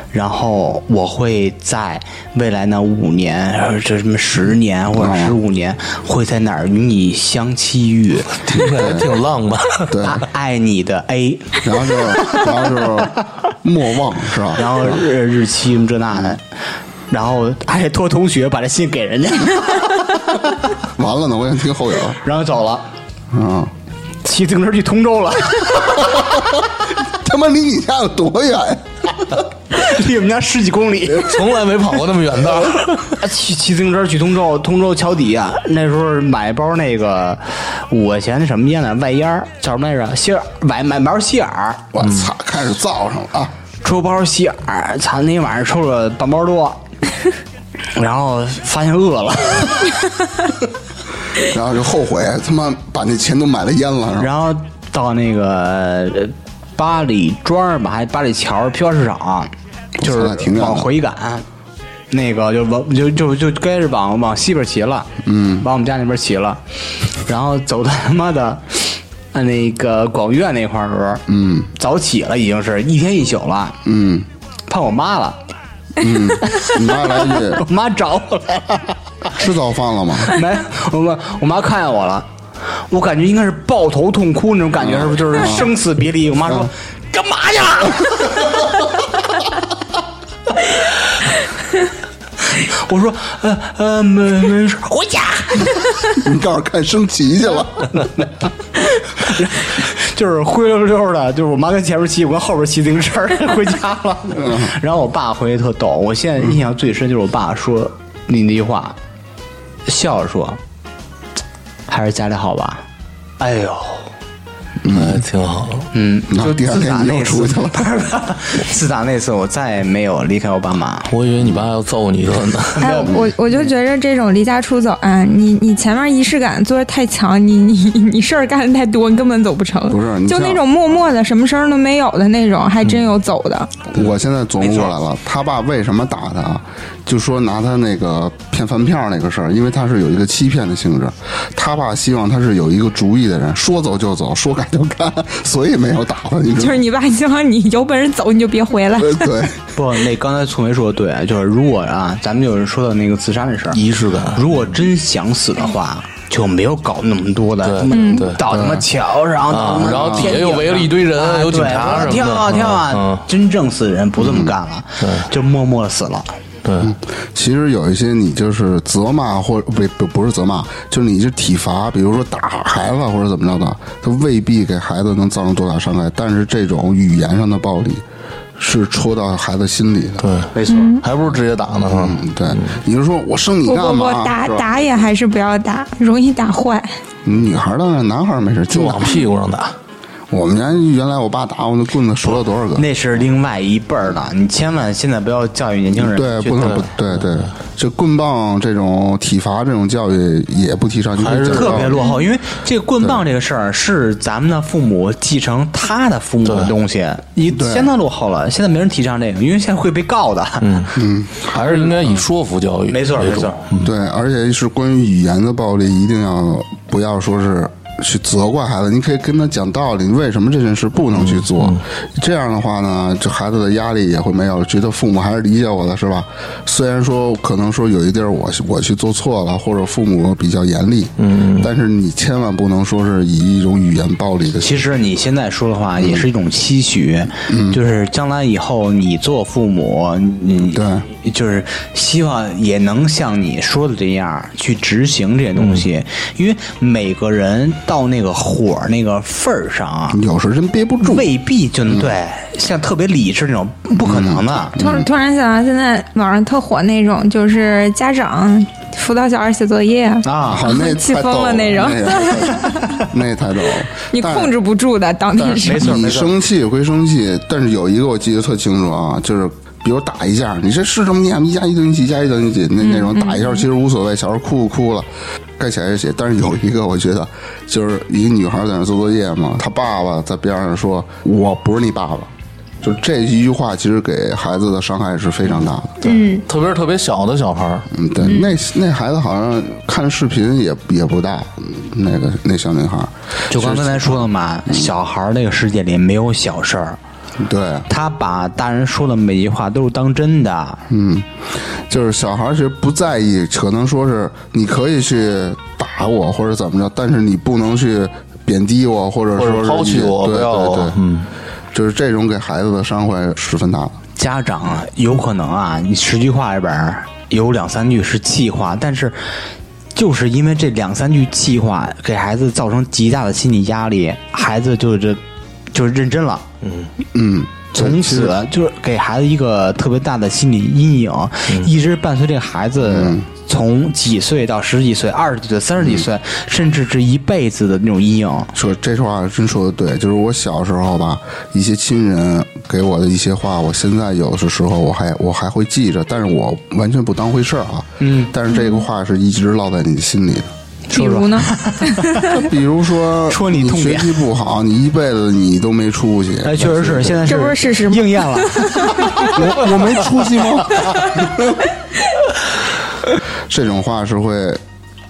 A: 然后我会在未来那五年，或者什么十年或者十五年，会在哪儿与你相期遇？
D: 听起来 (laughs) 挺浪漫。
B: 对，
A: 爱你的 A，
B: 然后就然后就是莫忘是吧？
A: 然后日日期这那的，然后还托同学把这信给人家，
B: 完了呢，我想听后友，
A: 然后走了，
B: 嗯，
A: 骑自行车去通州了， (laughs)
B: 他妈离你家有多远呀？
A: 离我们家十几公里，
D: 从来没跑过那么远道，
A: 骑骑自行车 (laughs) 去通州，通州桥底下那时候买包那个五块钱的什么烟呢？外烟儿叫什么来着？希尔买买买包希尔，
B: 我操，
A: 嗯
B: 开始造上了啊！
A: 抽包希尔，操，那天晚上抽了半包多， (laughs) 然后发现饿了。
B: 然后就后悔，他妈把那钱都买了烟了，然后
A: 然后到那个呃八里庄吧，还八里桥批发市场，就
B: 我操那挺
A: 是
B: 远的
A: 往回赶，那个就往就就就该是往往西边骑了，嗯，往我们家那边骑了，然后走到他妈的。呃那个广院那块儿的时候，嗯，早起了，已经是一天一宿了，
B: 嗯，
A: 盼我妈了，
B: 你妈来一句
A: (laughs) 我妈找我来了，
B: 吃早饭了吗？
A: (laughs) 没，我妈我妈看见我了，我感觉应该是抱头痛哭那种感觉，是不是？就是生死别离。我妈说：“ (laughs) 干嘛呀？” (laughs) 我说：“呃呃，没没事，回家。
B: 你告诉看升旗去了，”
A: 就是灰溜溜的，就是我妈跟前面骑，我跟后边骑自行车 (laughs) 回家了。 (laughs) 然后我爸回去特逗，我现在印象最深就是我爸说你那句话，笑着说：“还是家里好吧。”哎呦。
D: 哎，挺好。
A: 嗯，
B: 然后
A: (laughs) 就
B: 第二
A: (laughs) 自打
B: 天你
A: 那
B: 又
A: 次，
B: 出去
D: (laughs)
B: 了
A: 不是不是 (laughs) 自打那次，我再也没有离开奥巴马。
D: 我以为你爸要揍你一顿呢。
A: (laughs)
C: 哎，我我就觉着这种离家出走啊，你你前面仪式感做的太强，你 (laughs) 你你事儿干的太多，你根本走不成。
B: 不是你
C: 就
B: 像
C: 那种默默的，什么声儿都没有的那种，还真有走的。
B: (laughs) 我现在琢磨过来了，他爸为什么打他？就说拿他那个骗饭票那个事儿，因为他是有一个欺骗的性质。他爸希望他是有一个主意的人，说走就走，说干就干，所以没有打他。你知
C: 就
B: 道吗？
C: 是你爸希望你有本事走，你就别回来。
B: 嗯呃对，
A: 不，那刚才宋梅说的对，就是如果啊，咱们有人说到那个自杀那事儿，
D: 仪式感，
A: 如果真想死的话，就没有搞那么多的，
D: 对嗯对啊
A: 到他妈桥上，到他妈
D: 然后底下
A: 天
D: 又
A: 顶
D: 围了
A: 上
D: 一堆人
A: 啊
D: 有警
A: 对
D: 察
A: 我
D: 什么的
A: 跳啊跳
D: 嗯
A: 啊！真正死人不这么干了，就默默的死了。
D: 对，
A: 嗯
B: 其实有一些你就是责骂或者不不不是责骂，就是你就体罚，比如说打孩子或者怎么着的，他未必给孩子能造成多大伤害，但是这种语言上的暴力是戳到孩子心里的。对，
A: 没错，
D: 还不如直接打呢。
B: 嗯，对，你就说我生你
C: 不
B: 干
C: 不不
B: 嘛？，
C: 打
B: 是吧
C: 打也还是不要打，容易打坏。
B: 女孩儿当然，男孩儿没事，
D: 就
B: 就打
D: 往。屁股上打。
B: 我们家原来我爸打我那棍子折了多少个？
A: 那是另外一辈儿的，你千万现在不要教育年轻人。
B: 对，不能不对对，这棍棒这种体罚这种教育也不提倡，你可以
D: 还是
B: 教育
A: 特
B: 到
A: 别落后，因为这个棍棒这个事儿是咱们的父母继承他的父母的东西，你相当落后了。现在没人提倡这个，因为现在会被告的。嗯，
D: 还是应该以说服教
A: (laughs)
D: 育，
A: 没错
D: 为
A: 没
D: 主
A: 错。。
C: 嗯
B: 对，而且是关于语言的暴力，一定要不要说是去责怪孩子，你可以跟他讲道理，为什么这件事不能去做。
C: 嗯
B: 这样的话呢，这孩子的压力也会没有，觉得父母还是理解我的，是吧？虽然说可能说有一地儿我我去做错了，或者父母比较严厉，嗯，但是你千万不能说是以一种语言暴力的形式。
A: 其实你现在说的话也是一种期许，嗯就是将来以后你做父母，你
B: 对
A: 就是希望嗯也能像你说的这样去执行这些东西，因为每个人到那个火那个份儿上啊，
B: 有时候真憋不住。
A: 未必就能对，像特别理智那种，不可能的。
C: 突
B: 嗯
C: 突然想到，现在网上特火那种，就是家长辅导小孩写作业，
A: 啊，
B: 好，那
C: (laughs) 气
B: 太
C: 疯
B: 逗
C: 了那
B: 那
C: 种 (laughs)
B: 个那太逗了。
C: 你
B: 但
C: 控制不住的，当
B: 但
C: 面
B: 是
A: 嗯没错
B: 你
A: 没错
B: 生气归生气，但是有一个我记得特清楚啊，就是比如打一架，你这是这么念吗？一加一等于几？一加一等于几？那那种打一下其实无所谓，小时候哭不哭了，该写还是写。但是有一个我觉得，就是一个女孩在那做作业嘛，她爸爸在边上说：“我不是你爸爸。”就这一句话，其实给孩子的伤害是非常大的。
D: 对，特别是特别小的小孩儿，
B: 嗯，对，那那孩子好像看视频也也不大，嗯那个那小女孩，
A: 就刚才咱说的嘛，小孩儿这个世界里没有小事儿，
B: 对，
A: 他把大人说的每句话都是当真的。
B: 嗯，就是小孩儿其实不在意，可能说是你可以去打我或者怎么着，但是你不能去贬低我，或者
D: 或者
B: 说是
D: 抛弃
B: 你
D: 我
B: 对
D: 不要
B: 对
D: 我
B: 对，嗯，就是这种给孩子的伤害十分大的。
A: 家长啊，有可能啊，你十句话里边儿有两三句是气话，但是就是因为这两三句气话，给孩子造成极大的心理压力，孩子就这就是认真了。
B: 嗯，对
A: 从
B: 其实
A: 此就是给孩子一个特别大的心理阴影，一直伴随这个孩子从几岁到十几岁、二十几岁、三十几岁，甚至是一辈子的那种阴影。
B: 说这句话真说的对，就是我小时候吧，一些亲人给我的一些话，我现在有的时候我还我还会记着，但是我完全不当回事儿啊。嗯，但是这个话是一直烙在你心里的。
C: 比
B: (laughs)
C: 如呢？
B: 比如说，
A: 戳你痛
B: 学
A: 点
B: 习不好，你一辈子你都没出息。
A: 哎，确实是，现在
C: 这不是事实吗
A: 应验 (laughs) 了。
B: 我我没出息吗？ (laughs) 这种话是会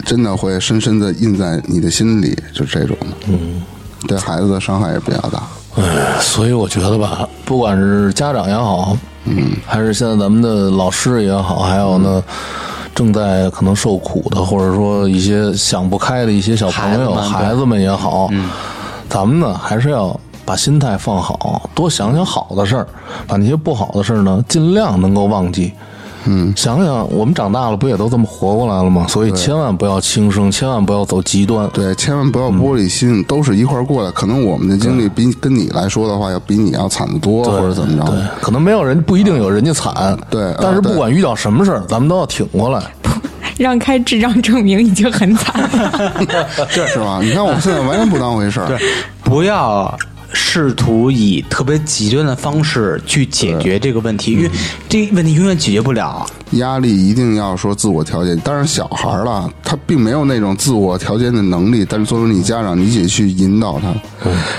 B: 真的会深深的印在你的心里，就这种的，嗯，对孩子的伤害也比较大。
D: 哎，所以我觉得吧，不管是家长也好，嗯，还是现在咱们的老师也好，还有呢，正在可能受苦的，或者说一些想不开的一些小朋友、
A: 孩子们嗯
D: 孩子们也好，咱们呢还是要。把心态放好，多想想好的事儿，把那些不好的事儿呢，尽量能够忘记。嗯，想想我们长大了，不也都这么活过来了吗？所以千万不要轻生，千万不要走极端。
B: 对，千万不要玻璃心，都是一块儿过来。可能我们的经历比跟你来说的话，要比你要惨得多，或者怎么
D: 对
B: 着。，
D: 可能没有人不一定有人家惨，
B: 对
D: 但是
B: 啊对
D: 不管遇到什么事儿，咱们都要挺过来。
C: 让开智障证明已经很惨了。
B: 是吧？你看我们现在完全不当回事儿。
A: 不要试图以特别极端的方式去解决这个问题，因为这个问题永远解决不了。
B: 压力一定要说自我调节。当然，小孩儿了，他并没有那种自我调节的能力，但是作为你家长，你得去引导他。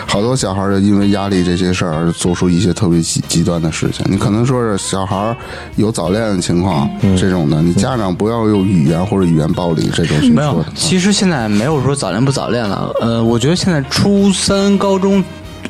B: 好多小孩儿就因为压力这些事儿，而做出一些特别极极端的事情。你可能说是小孩儿有早恋的情况、这种的，你家长不要用语言或者语言暴力，这种是你
A: 嗯没
B: 说
A: 有
B: 的，。
A: 其实现在没有说早恋不早恋了。呃，我觉得现在初三、高中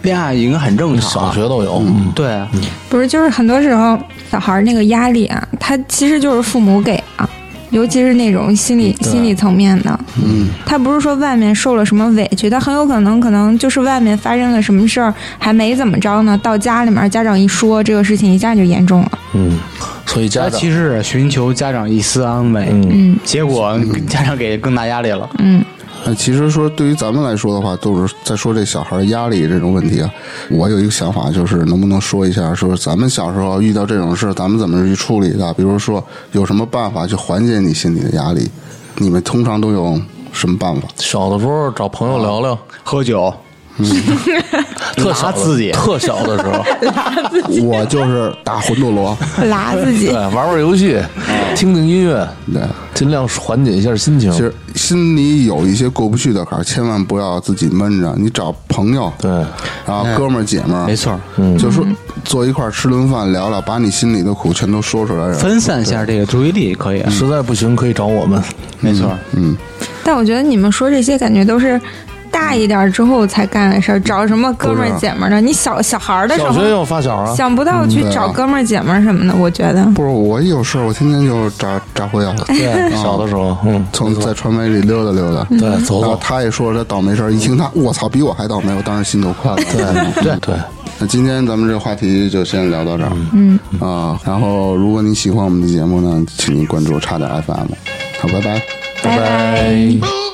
A: 恋爱应该很正常
D: 小
A: 啊。
D: 学都有，嗯，
A: 对，
C: 不是，就是很多时候小孩儿那个压力啊，他其实就是父母给啊，尤其是那种心理心理层面的。嗯，他不是说外面受了什么委屈，他很有可能可能就是外面发生了什么事儿，还没怎么着呢，到家里面家长一说这个事情，一下就严重了。
D: 所以家
A: 他
D: 长
A: 其实寻求家长一丝安慰，
C: 嗯，
A: 结果家长给更大压力了。
B: 那呃其实说对于咱们来说的话，都是在说这小孩压力这种问题啊。我有一个想法，就是能不能说一下，说咱们小时候遇到这种事，咱们怎么去处理的？比如说有什么办法去缓解你心里的压力？你们通常都有什么办法？
D: 小的时候找朋友聊聊，
A: 喝酒， (laughs) 嗯拿嗯
D: 特小的
A: 自己
D: 特小的时候，
B: (laughs) 我就是打魂斗罗，
C: 拉自己
D: 对，玩玩游戏，听听音乐，
B: (laughs) 对。
D: 尽量缓解一下心情。
B: 其实心里有一些过不去的坎儿，千万不要自己闷着。你找朋友，
D: 对，
B: 然后哥们儿姐们儿，
A: 哎没错，嗯
B: 就说坐一块儿吃顿饭，聊聊，把你心里的苦全都说出来。
A: 分散一下这个注意力可以，啊
D: 实在不行可以找我们。
A: 没错。
C: 但我觉得你们说这些，感觉都是大一点之后才干的事儿，找什么哥们儿姐们儿的？你小小孩儿的时
D: 小学也
C: 候
D: 有发小啊，
C: 想不到去
B: 对啊
C: 找哥们儿姐们儿什么的，我觉得。
B: 不是我一有事儿，我天天就扎扎火药，(laughs)
C: (laughs)
B: 啊
D: 对，小的时候，嗯，
B: 从在传媒里溜达溜达。
D: 对，走
B: 然后
D: 走，
B: 他也说这倒霉事儿，一听他，我操，比我还倒霉，我当时心就宽了。嗯
D: 对对对，
B: 那今天咱们这话题就先聊到这儿。嗯啊，然后如果你喜欢我们的节目呢，请您关注差点 FM。好，拜拜。
C: 拜拜。
E: Boo!